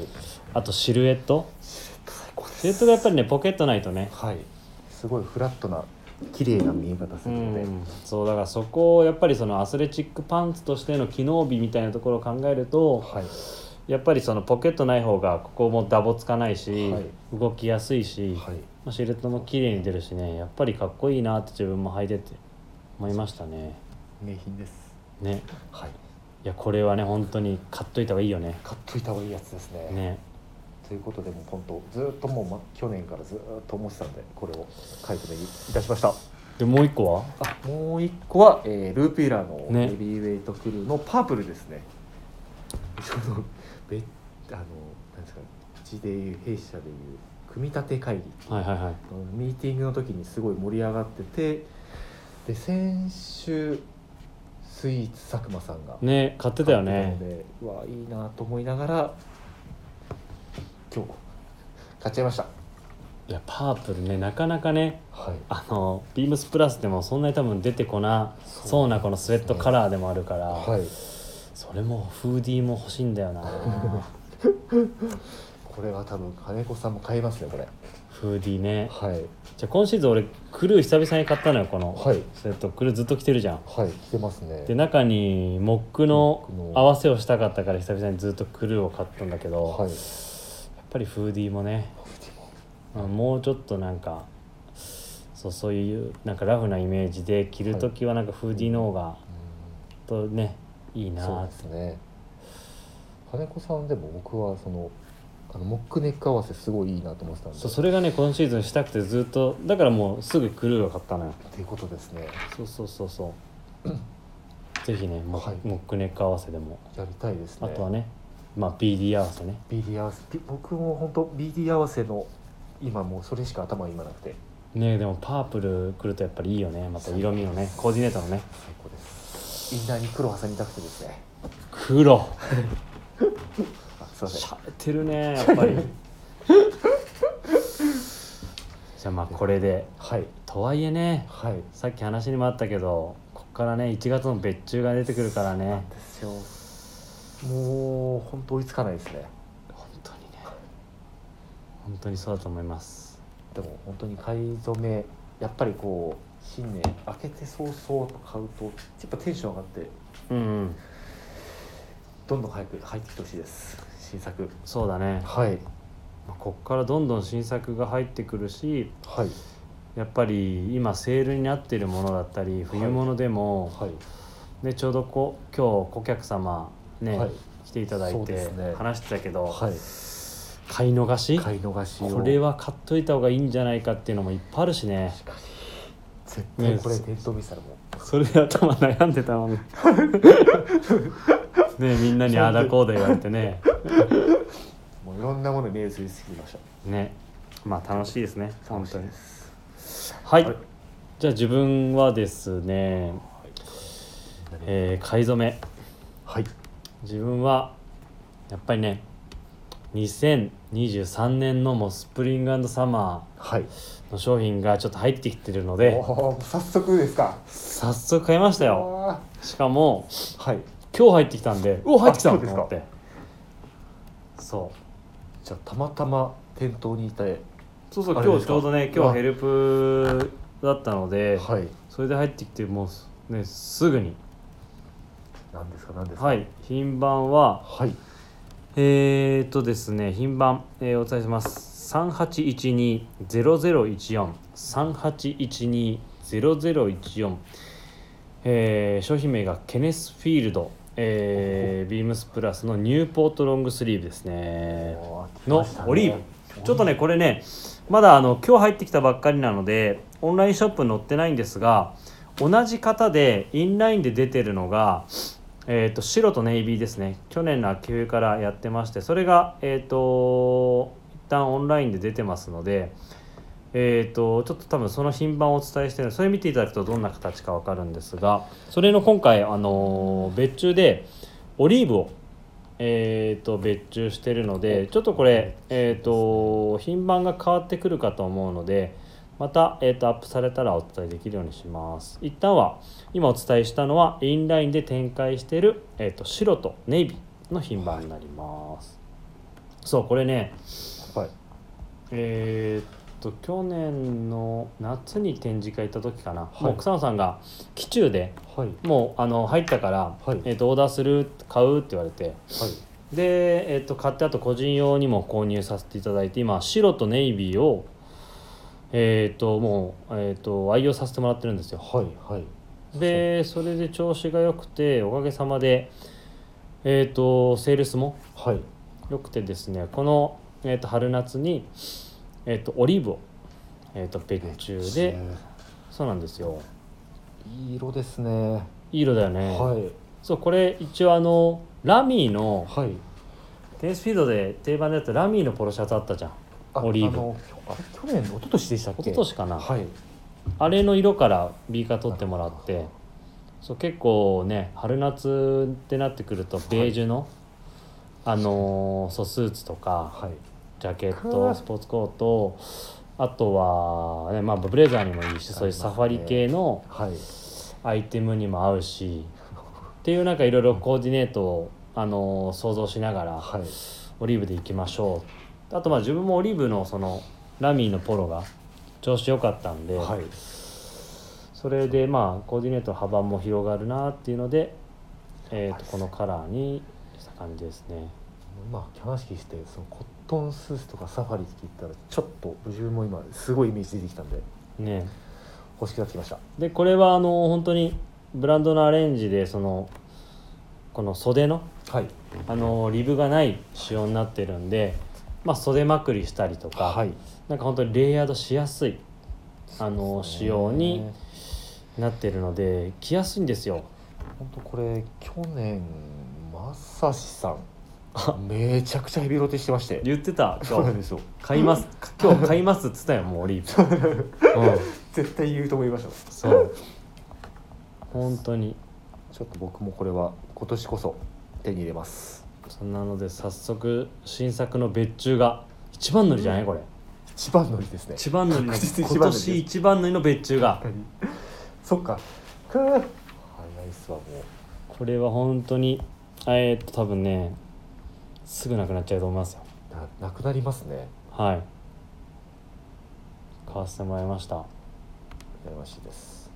あとシルエット
最高で
シルエットがやっぱりねポケットないとね
はいすごいフラットな綺麗な見え方す
う
るので、
ん、そうだからそこをやっぱりそのアスレチックパンツとしての機能美みたいなところを考えると
はい
やっぱりそのポケットない方がここもダボつかないし、
はい
動きやすいし、
はい
まあシルエットも綺麗に出るしねやっぱりかっこいいなって自分も履いてて思いましたね
名品です
ね
はい
いやこれはね本当に買っといた方がいいよね
買っといた方がいいやつですね
ね
ということでもう本当ずーっともう、ま、去年からずーっと思ってたのでこれを買い込みいたしました
でもう一個は
あもう一個は、えールーピーラーの
ね
ヘビーウェイトクルーのパープルですねちょうどべあのなんですかうちでいう弊社でいう組み立て会議
はいはいはい
あのミーティングの時にすごい盛り上がっててで先週スイーツ佐久間さんが
ね買ってたよ
買っ
ね
てたのでうわいいなと思いながら今日買っちゃいました
いやパープルねなかなかね
はい
あのビームスプラスでもそんなに多分出てこなそうなこのスウェットカラーでもあるから、
はい
それもフーディーも欲しいんだよ な
これは多分金子さんも買いますねこれ
フーディーね
はい
じゃあ今シーズン俺クルー久々に買ったのよこの
はい
スウェットクルーずっと着てるじゃん
はい着てますね
で中にモックの
モックの
合わせをしたかったから久々にずっとクルーを買ったんだけど、
はい
やっぱりフーディーもねまあもうちょっとなんかそうそういうなんかラフなイメージで着る時はなんかフーディーの方がとねいい
うん
な
そう
ーっ
で
て
すね金子さんでも僕はそのあのモックネック合わせすごいいいなと思ってたんで
そうそれがね今シーズンしたくてずっとだからもうすぐクルーを買ったのよ
っていうことですね
そうそうそうそう ぜひねモ,、
はい
モックネック合わせでも
やりたいですね
あとはねまあ BD 合わせね
BD 合わせび僕も本当 BD 合わせの今もうそれしか頭が今なくて
ねでもパープル来るとやっぱりいいよねまた色味のねコーディネートのね
最高ですインナーに黒挟みたくてですね
黒
あすいません
しゃれてるねやっぱり じゃあまあこれで
はい
とはいえね
はい
さっき話にもあったけどこっからね1月の別注が出てくるからね
ですよもう本当追いつかないですね
本当にね本当にそうだと思います
でも本当に買い初めやっぱりこう新年明けて早々と買うとやっぱテンション上がって
うん、うん、
どんどん早く入ってきてほしいです新作
そうだね
はい
まあこっからどんどん新作が入ってくるし
はい
やっぱり今セールになっているものだったり冬物でも、
はい
ね、ちょうどこ今日顧客様ね、
はい
来ていただ
そ
いう
で
て
すね
話してたけど、
はい
買い逃し
買い逃しを
これは買っといた方がいいんじゃないかっていうのもいっぱいあるしね
確かに絶対これ店頭見せたらも
それで頭悩んでたの にねみんなにあだこうだ言われてね
うもういろんなものに目移りすぎました
ねまあ楽しいですね本
楽し
当
い
に
です
はい、
はい
じゃあ自分はですね、えー買い初め
はい
自分はやっぱりね2023年のもうスプリングサマ
はい
ーの商品がちょっと入ってきてるの
お
で
お早速ですか
早速買いましたよ
あ
しかも
ーはい
今日入ってきたんでうお入ってきた
あ
と
そうですか
思ってそう
じゃあたまたま店頭にいて
そうそう
あれ
今
で
日
す
ち
か
ょうどね
う
今
わ
日ヘルプだったので、
はい
それで入ってきてもうねすぐに
何ですか何ですか
はい品番は
はい
えー、っとですね品番、えーお伝えします3812-00143812-0014えー商品名がケネスフィールド、えービームスプラスのニューポートロングスリーブですね
おー来
の
ましたね
オリーブ、ちょっとねこれねまだあの今日入ってきたばっかりなのでオンラインショップに載ってないんですが同じ型でインラインで出てるのが、えー、と白とネイビーですね去年の秋冬からやってましてそれがえっ、と一旦オンラインで出てますのでえー、とちょっと多分その品番をお伝えしてるのでそれ見ていただくとどんな形かわかるんですがそれの今回、あのー別注でオリーブを、えー、と別注してるのでちょっとこれ、えー、と品番が変わってくるかと思うのでまた、えー、とアップされたらお伝えできるようにします一旦は今お伝えしたのはインラインで展開してる、えー、と白とネイビーの品番になります、そうこれね
はい
えーっと去年の夏に展示会行った時かな、
い
もう草野さんが機中で
はい
もうあの入ったから、
はい
えっとオーダーする買うって言われて
はい
で、えっと買ってあと個人用にも購入させていただいて今白とネイビーをえっ、ともう、えっと愛用させてもらってるんですよ
はいはい
でそれで調子が良くておかげさまでえっ、とセールスも
はい
良くてですねこの、えー、と春夏に、えー、とオリーブを、えー、と別注でそうなんですよ
いい色ですね、
いい色だよね、
はい
そうこれ一応あのラミーの
はい
テニスフィールドで定番でやったラミーのポロシャツあったじゃん
あ
オリーブ
あのきょあれ去年一昨年でしたっけ
一昨年かな、
はい
あれの色からビーカー取ってもらってそう結構ね春夏ってなってくるとベージュの、あのーそうスーツとか
はい
ジャケッ
は
ト
い
スポーツコートあとは、ねまあ、ブレザーにもいいしそういうサファリ系の
はい
アイテムにも合うしっていうなんかいろいろコーディネートを、あのー想像しながら
はい
オリーブでいきましょうあとまあ自分もオリーブのそのラミーのポロが調子良かったんで、
はい
それでまあコーディネートの幅も広がるなっていうので、えー、とこのカラーにした感じですね。
今話聞いてそのコットンスーツとかサファリって聞いたらちょっと自分も今すごいイメージ出てきたんで
ね
欲しくなってきました
でこれはあの本当にブランドのアレンジでそのこの袖の
はい
あのリブがない仕様になってるんで、まあ、袖まくりしたりとか、
はい
なんか本当にレイヤードしやすいあの仕様になってるので着やすいんですよ。
本当これ去年まさしさんめちゃくちゃヘビロテしてまして
言ってた
そうな
今
ん
日
ですよ
買います今日買いますっつったよもうオリー ブ。うん
絶対言うと思いました
そう本当に
ちょっと僕もこれは今年こそ手に入れます
そんなので早速新作の別注が一番乗りじゃないこれ
一番乗りですね
一番乗りの
確実に
今
一番乗りです
年一番乗りの別注が
そっかくー早いっすわもう
これは本当にえーっと多分ねすぐなくなっちゃうと思いますよ
ななくなりますね
はい買わせてもらいました
やましいです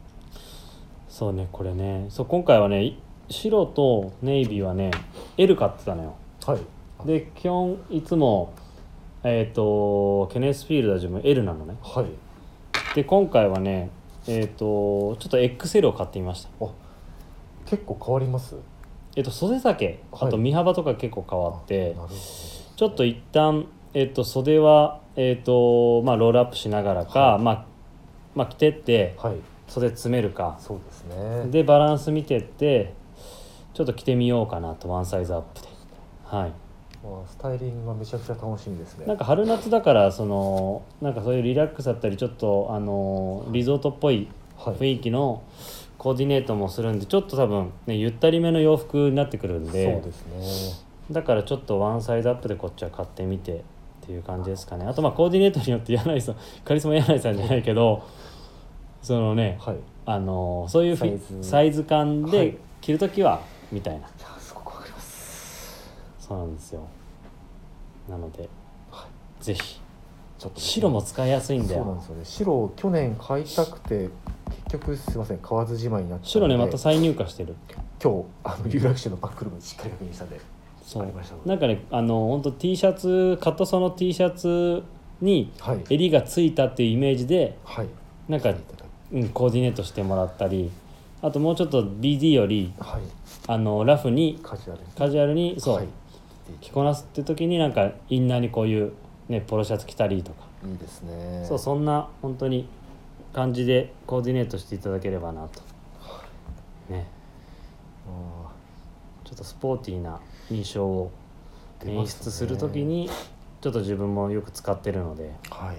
そうねこれねそう今回はねい白とネイビーはね L 買ってたのよ
はい
で基本いつもえーっとケネスフィールドは自分 L なのね
はい
で今回はねえっ、とちょっと XL を買ってみました
結構変わります
えっ、と袖丈
はい
あと身幅とか結構変わって、
なるほど
ちょっと一旦えっ、と袖はえっ、とまあロールアップしながらか、
はい
まあまあ着てって
はい
袖詰めるか
そうですね
でバランス見てってちょっと着てみようかなとワンサイズアップではい
まあ、スタイリングがめちゃくちゃ楽しみですね
なんか春夏だからそのなんかそういうリラックスだったりちょっとあのリゾートっぽい
はい
雰囲気のコーディネートもするんでちょっと多分、ね、ゆったりめの洋服になってくるんで
そうですね
だからちょっとワンサイズアップでこっちは買ってみてっていう感じですかねあとまあコーディネートによって柳井さん カリスマ柳井さんじゃないけどそのね
はいい
あのそういうフィ
サイズ
サイズ感
は
で
い
着る時はみたいな
やすごくわかります
そうなんですよなので
は
ぜひ
ちょっと
白も使いやすいんだ
そうなん
よ
ですよね白を去年買いたくて結局すいません買わずじまいになっちゃった
白ねまた再入荷してる
今日あの有楽町のバックルームでしっかり確認したんで
そ
あ
う
りましたので
なんかねあの本当 T シャツカットソーの T シャツに
はい
襟がついたっていうイメージで
はい
なんか、うん、コーディネートしてもらったりあともうちょっと BD より
はい
あのラフに
カジュアルに
カジュアルにそう、
はい
着こなすって時になんかインナーにこういう、ね、ポロシャツ着たりとか、
いいですね
そうそんな本当に感じでコーディネートしていただければなと、ね、
あ
ちょっとスポーティーな印象を
ー出
演
ますね
出する時にちょっと自分もよく使ってるので
はい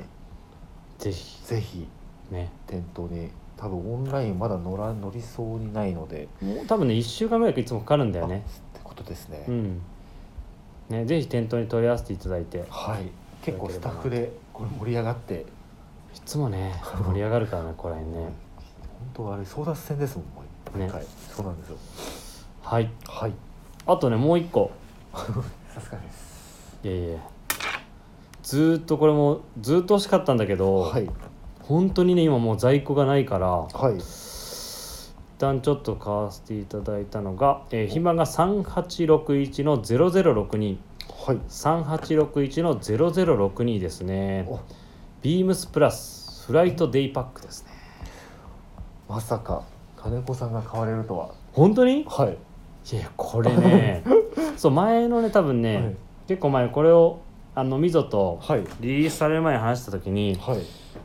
ぜひ
ぜひ
ね
店頭に多分オンラインまだ乗ら乗りそうにないので
もう多分ね1週間ぐらいいつもかかるんだよね
あってことですね、
うんねぜひ店頭に問い合わせていただいて
はい結構スタッフでこれ盛り上がって
いつもね盛り上がるからねこれね
本当あれ争奪戦ですもんもう
ね
毎回、そうなんですよ
はい
はい
あとねもう一個
さすがです
いやいやずーっとこれもずーっと欲しかったんだけど、
はい
本当にね今もう在庫がないから
はい
一旦ちょっと買わせていただいたのが、えー、暇が3861の0062
はい
3861の0062ですね
お
ビームスプラスフライトデイパックですね
まさか金子さんが買われるとは
本当に
はい
いやいやこれ ねそう前のね多分ね、
はい
結構前これをあのみぞと
はい
リリースされる前に話した時に
はい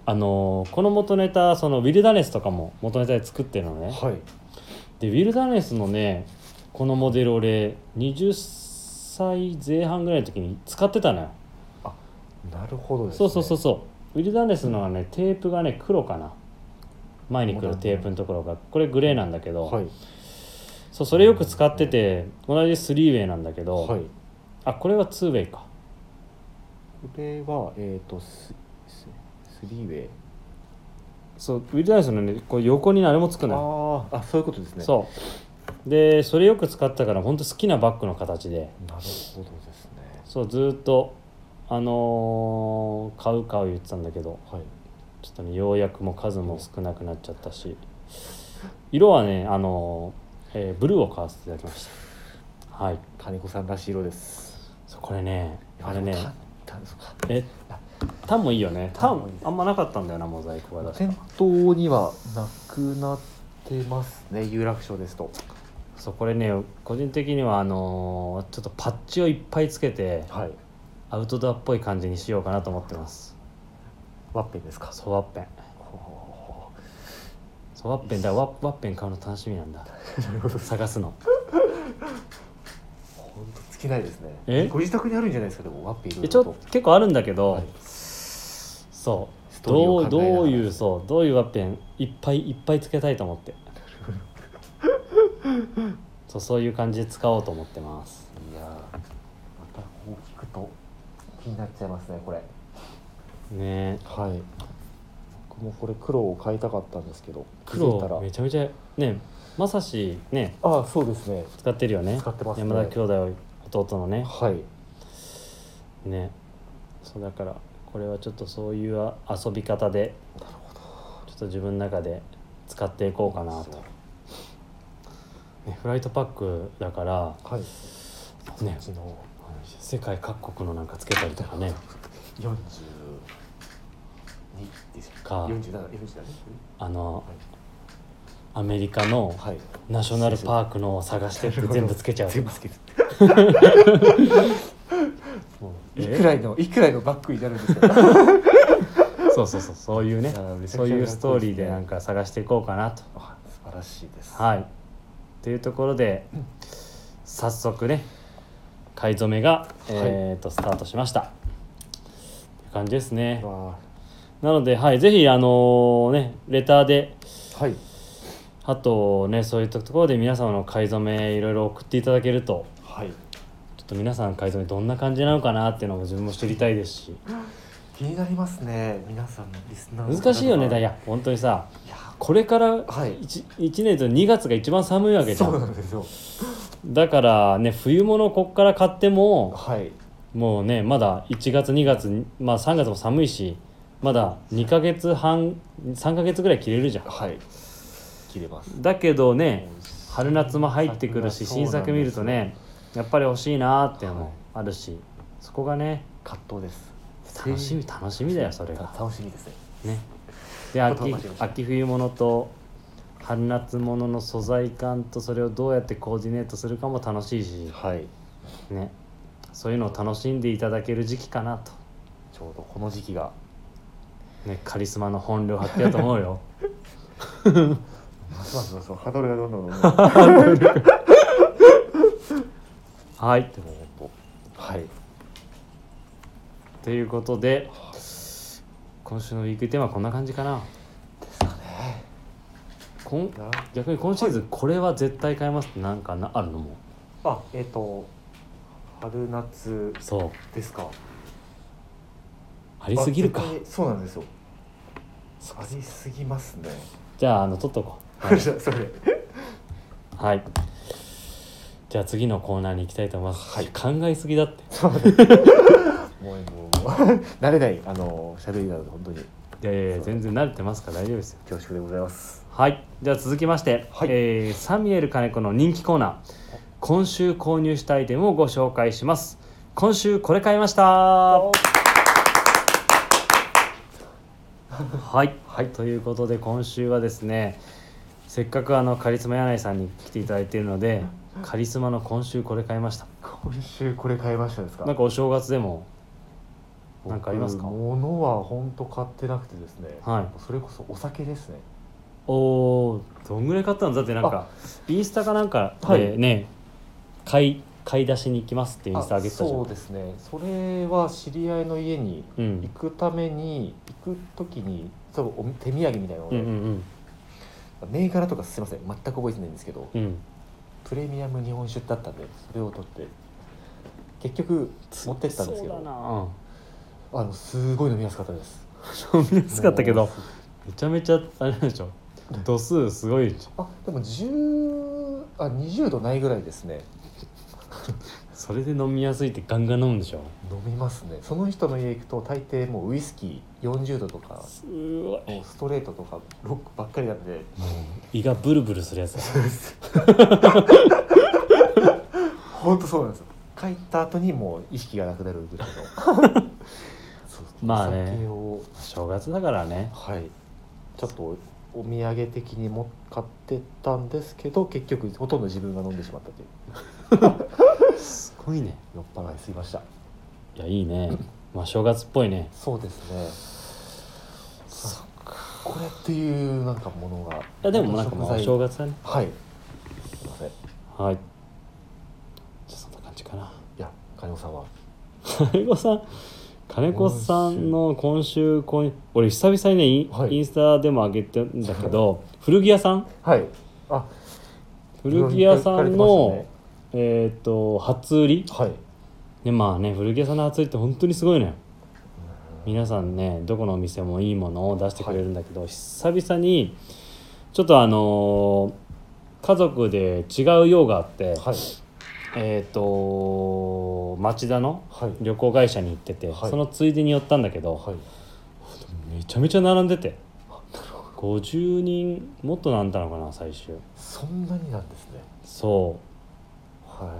あのこの元ネタそのウィルダネスとかも元ネタで作ってるのね
はい
でウィルダネスのねこのモデル俺20歳前半ぐらいの時に使ってたのよ、
なるほどです、ね、
そうそうそうそうウィルダネスのはねテープがね黒かな前に来るテープのところがこれグレーなんだけど、
はい
そうそれよく使ってて同じスリーウェイなんだけど、
はい
あこれはツーウェイか
これはえっ、とスススリーウェイ
そうウィルダネスのねこう横にあれもつくのよ
あーあそういうことですね
そうでそれよく使ったから本当好きなバッグの形で
なるほどですね
そうずーっとあのー買う買う言ってたんだけど
はい
ちょっとねようやくもう数も少なくなっちゃったし色はねあのーえーブルーを買わせていただきましたはい
金子さんらしい色です
そうこれねあれね
たたそうか
えタンもいいよねタ
タンもいい
ンあんまなかったんだよなモザイクはだ
店頭にはなくなってますね有楽町ですと
そうこれね個人的にはあのーちょっとパッチをいっぱいつけて
はい
アウトドアっぽい感じにしようかなと思ってます
ワッペンですか
そうワッペン
ほ
そうワッペンだワワッペン買うの楽しみなんだ
うなるほど
探すの
本当尽きないですね
え
ご自宅にあるんじゃないですかでもワッペンいろい
え
ろ
ちょっと
と
結構あるんだけど、
はい
そう
トーリー
ど
を考え
う
な
ど
がら
ういうそうどういうワッペンいっぱいいっぱいつけたいと思ってそうそういう感じで使おうと思ってます
いやーまたこう聞くと気になっちゃいますねこれ
ねえ
はい僕もこれ黒を買いたかったんですけど気づいた
黒
ら
めちゃめちゃねまさしね
ああそうですね
使ってるよね
使ってますね
山田兄弟弟のね
はい
ねそうだからこれはちょっとそういうあ遊び方でちょっと自分の中で使っていこうかなと、ね、フライトパックだから
はい
ね
うちの
世界各国のなんかつけたりとかね
42ですよ
か
47 47
あのアメリカの
はい
ナショナルパークのを探してって全部つけちゃう
全部つけるもういくらいのいくらいのバッグになるんですか
そうそうそうそういうね
いやーめちゃ
そ
く
う
ちゃ
い
かっこいいですね
うストーリーでなんか探していこうかなと
あ素晴らしいです
はい。というところで、早速ね、買い初めが、えー、とスタートしました。っていう感じですね。
わ
なので、はい、ぜひ、あのね、レターで、
あはい
あとね、そういったところで皆様の買い初め、いろいろ送っていただけると、
はい
ちょっと皆さんの買い初め、どんな感じなのかなっていうのも自分も知りたいですし、
気になりますね皆さんのリスナーの方々
難しいよね、ダイヤ、本当にさ、
いや
これから
はい
1, 1年と2月が一番寒いわけじゃ。
そうんなんですよ
だからね、冬物、こっから買っても、
はい
もうねまだ1月2月にまあ3月も寒いしまだ2ヶ月半3ヶ月ぐらい着れるじゃん
はい切れます
だけどね春夏も入ってくるし
そう
新
なんですよ
作見るとねやっぱり欲しいなーっていうのもあるし、そこがね
葛藤です
楽しみ楽しみだよそれが
楽しみですね
ねで
言葉
秋
間違えました
秋冬物と春夏物の素材感とそれをどうやってコーディネートするかも楽しいし
はい
ねそういうのを楽しんでいただける時期かなと
ちょうどこの時期が
ねカリスマの本領発揮だと思う よ
ますますますハードルがどんどんどんどん
はい
でも本当はい
ということで今週のウィークテーマはこんな感じかな
ですかね
こん逆に今シーズンこれは絶対買えますってなんかなあるのも
あえっ、と春夏
そう
ですか
ありすぎるか
あ絶対そうなんですよありすぎますね
じゃああの取っとこ
それ
うはいじゃあ次のコーナーに行きたいと思います、
はい
考えすぎだって
もうもうもう慣れないあの喋りなので本当に
いやいやいや全然慣れてますから大丈夫ですよ
恐縮でございます
はいじゃあ続きまして、
はい
えーサミュエル金子の人気コーナー今週購入したアイテムをご紹介します今週これ買いましたはい、ということで今週はですねせっかくあのカリスマ柳井さんに来ていただいているのでカリスマの今週これ買いました
今週これ買いましたですか
なんかお正月でもなんかありますか
僕物は本当買ってなくてですね、
は
それこそお酒ですね
おおーどんぐらい買ったのだってなんかインスタかなんか
は
で
い
ね、買い買い出しに行きますってインスタ上げてたじゃん
そうですねそれは知り合いの家に
う
行
ん
くために行く時に多分お手土産みたいなの
う
で、
んうん
銘柄とかすいません全く覚えてないんですけど、
うんうん
プレミアム日本酒だったんでそれを取って結局持ってったんです
そう
け
だ
ど
な
あのすごい飲みやすかったです
飲みやすかったけ
も
ど
う
めちゃめちゃあれなんでしょ度数すごいじゃん
あでも10あ20度ないぐらいですね
それで飲みやすいってガンガン飲むんでしょ
飲みますねその人の家行くと大抵もうウイスキー40度とか
すごい
もうストレートとかロックばっかりなんで
胃がブルブルするやつだ
本当そうなんですよ帰った後にもう意識がなくなるぐらいのそう
まあね
お酒を
正月だからね
はいちょっとおお土産的にも買ってったんですけど結局ほとんど自分が飲んでしまったという
すごいね
酔っ払いすぎました
いやいいねまあ正月っぽいね
そうですねこれっていうなんかものがい
いやでもなんかまあお正月だね
はいすいませんい
はいじゃあそんな感じかな
や金子さんは
金子さん金子さんの今週こう俺久々にねイン,、
はい
インスタでも上げてんだけ ど古着屋さん
はいあ
古着屋さん
いろい
の、えっ、と初売り
ろ行かれてましたねはい
でまあね古着屋さんの初売りって本当にすごいのよ皆さんねどこのお店もいいものを出してくれるんだけど、久々にちょっとあのー家族で違う用があって、
はい
えっ、と町田の
はい
旅行会社に行ってて、
はい
そのついでに寄ったんだけど、
はい
めちゃめちゃ並んでて50人もっと並んだのかな最終
そんなになんですね
そ
は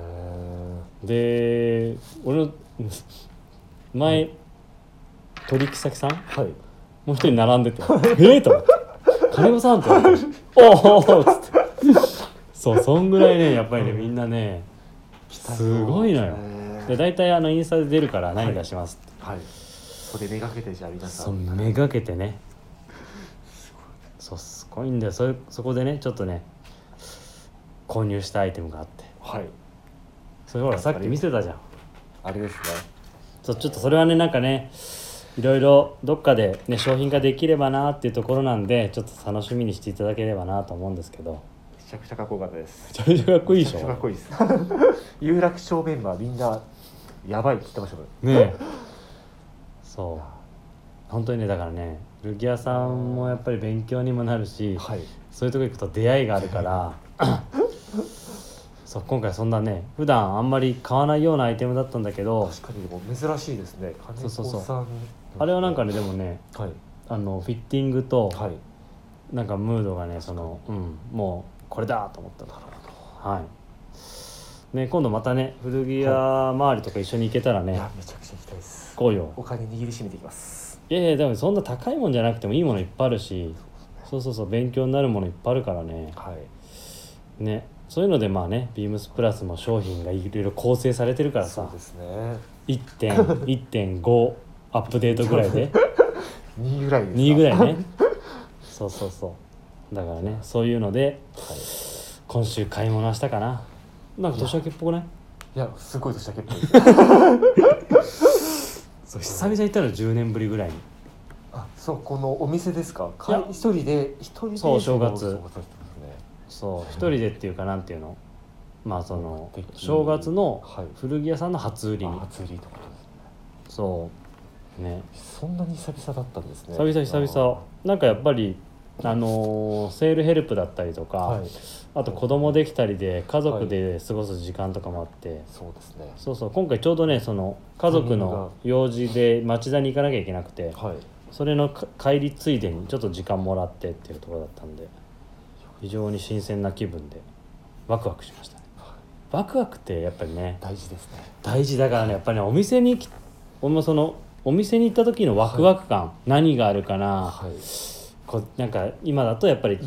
うで俺の前、取引先さん
いはい
もう一人並んでて「ええと思って「金子さん」と思って「おおおお」っつってそうそんぐらいねやっぱりねみんなねすごいのよで大体あのインスタで出るから何出しますって、
はいそれめがけてじゃあ皆さ
そうんめがけてねそうすごいんだよそれそこでねちょっとね購入したアイテムがあって
はい
それほらさっき見せたじゃん
あれですね
そうちょっとそれはねなんかねいろいろどっかで、ね、商品化できればなっていうところなんでちょっと楽しみにしていただければなと思うんですけど
めちゃくちゃかっこよかったです
めちゃめちゃかっこいいでし
めちゃくちゃかっ
ょ
こいいです有楽町メンバーみんなやばいって言ってましたもん
ねえそう本当にねだからね古着屋さんもやっぱり勉強にもなるし
はい
そういうとこ行くと出会いがあるから そう今回そんなね普段あんまり買わないようなアイテムだったんだけど
確かにでも珍しいですね金
そう
子さん
そうそあれはなんかねでもね
はい
あのフィッティングと
はい
なんかムードがねその、うん、もうこれだと思ったからはい、ね、今度またね古着屋周りとか一緒に行けたら
い
ね、
やめちゃくちゃ行きたいです
行こうよ
お金握りしめていきます
いやいやでもそんな高いもんじゃなくてもいいものいっぱいあるしそうそうそう勉強になるものいっぱいあるからね
はい
ねそういうのでまあねビームスプラスも商品がいろいろ構成されてるから
そう
さ
ですね
1.1.5アップデートぐらいで
2ぐらいですか
2ぐら
はい
ね そうそうそうだからねそういうので
い
今週買い物したかななんか年明けっぽくない
いやすごい年だけっぽい
そう久々に行ったの10年ぶりぐらいに
あそうこのお店ですかか
いや
一人で一人で
そうお正月
そうですね
そう一人でっていうかなんていうのまあその
本格的
正月の
はい
古着屋さんの初売りに
あ初売りってことですね
そうね
そんなに久々だったんですね
久々久々
あ
なんかやっぱりあのーセールヘルプだったりとか、
はい、
あと子供できたりで家族で過ごす時間とかもあって、
そうですね。
そうそう今回ちょうどねその家族の用事で町田に行かなきゃいけなくて
はい。
それのか帰りついでにちょっと時間もらってっていうところだったんで非常に新鮮な気分でワクワクしましたねワクワクってやっぱりね
大事ですね。
大事だからねやっぱりねお店にき俺もそのお店に行った時のワクワク感、何があるかな、
はい。
こなんか今だとやっぱり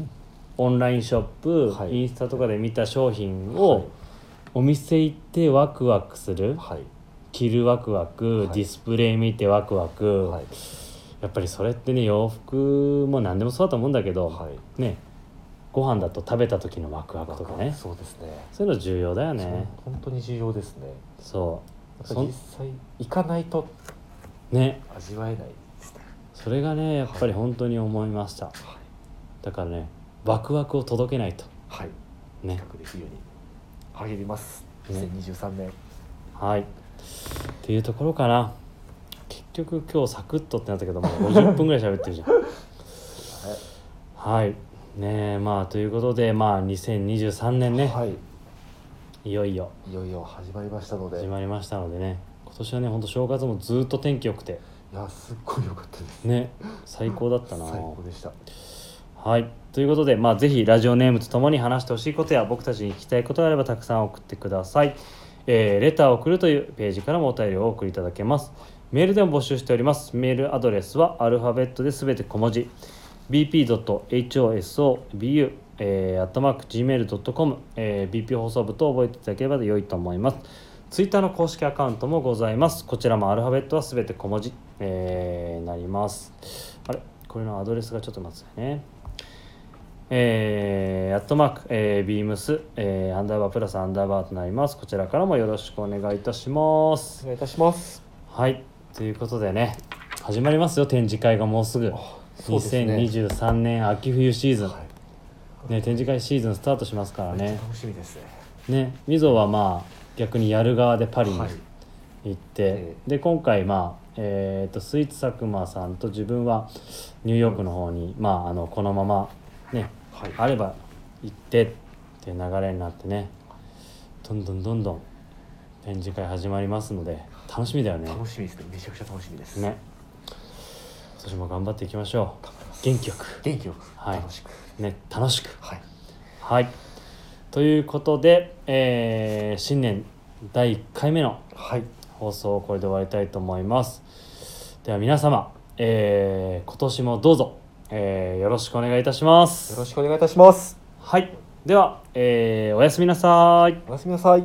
オンラインショップ、
はい
インスタとかで見た商品
はい
をお店行ってワクワクする、
はい。
着るワクワク、
はい
ディスプレイ見てワクワク、
はい。
やっぱりそれってね洋服も何でもそうだと思うんだけど、
はい。
ねご飯だと食べた時のワクワクとかね
そうですね。
そういうの重要だよね
そう本当に重要ですね。
そ
やっぱ
そん
実際行かないと
うね
味わえないですね。
それがねやっぱり本当に思いました、
はい。
だからねワクワクを届けないと
はい。
ね
企画できるように励みます。
ね
2023年。
はい。っていうところかな。結局今日サクッとってなったけどもう50分ぐらい喋ってるじゃん。はい。ねえまあということでまあ2023年ね、
はい。
い、よいよ
いよいよ始まりましたので。
始まりましたのでね今年はねほんと正月もずっと天気良くて
いや、すっごい良かったです。
ね最高だったな。
最高でした。
はい。ということで、まあ、ぜひラジオネームとともに話してほしいことや僕たちに聞きたいことがあればたくさん送ってください。えーレターを送るというページからもお便りをお送りいただけます。メールでも募集しております。メールアドレスはアルファベットで全て小文字 bp.hosobu えー、アットマーク gmail.com、えー BP 放送部と覚えていただければ良いと思います。ツイッターの公式アカウントもございます。こちらもアルファベットはすべて小文字、えーなります。あれこれのアドレスがちょっと待ってくださいね。えー、アットマーク、えー、ビームス、えーアンダーバープラスアンダーバーとなります。こちらからもよろしくお願いいたします
お。願いいたします。
はい、ということでね、始まりますよ、展示会がもうすぐ。
そうですね
2023年秋冬シーズン、
はい。
ね、展示会シーズンスタートしますから
めっ
ね
ちゃ。楽しみですね。
ね、みぞはまあ、逆にやる側でパリに
はい。
行って、
え
で今回まあえー、とスイーツ佐久間さんと自分はニューヨークの方に、まあ、あのこのままね
はい。
あれば行ってっていう流れになってねどんどんどんどん展示会始まりますので楽しみだよね
楽しみですね。めちゃくちゃ楽しみです。
ね今年も頑張っていきましょう元気よく、
元気よく、
はい
楽しく。
ね、楽しく
はい。
はいということで、えー新年第1回目の
はい。
放送をこれで終わりたいと思いますでは皆様、えー今年もどうぞ、えーよろしくお願いいたします
よろしくお願いいたします。
はいでは、えーおやすみなさい
おやすみなさい。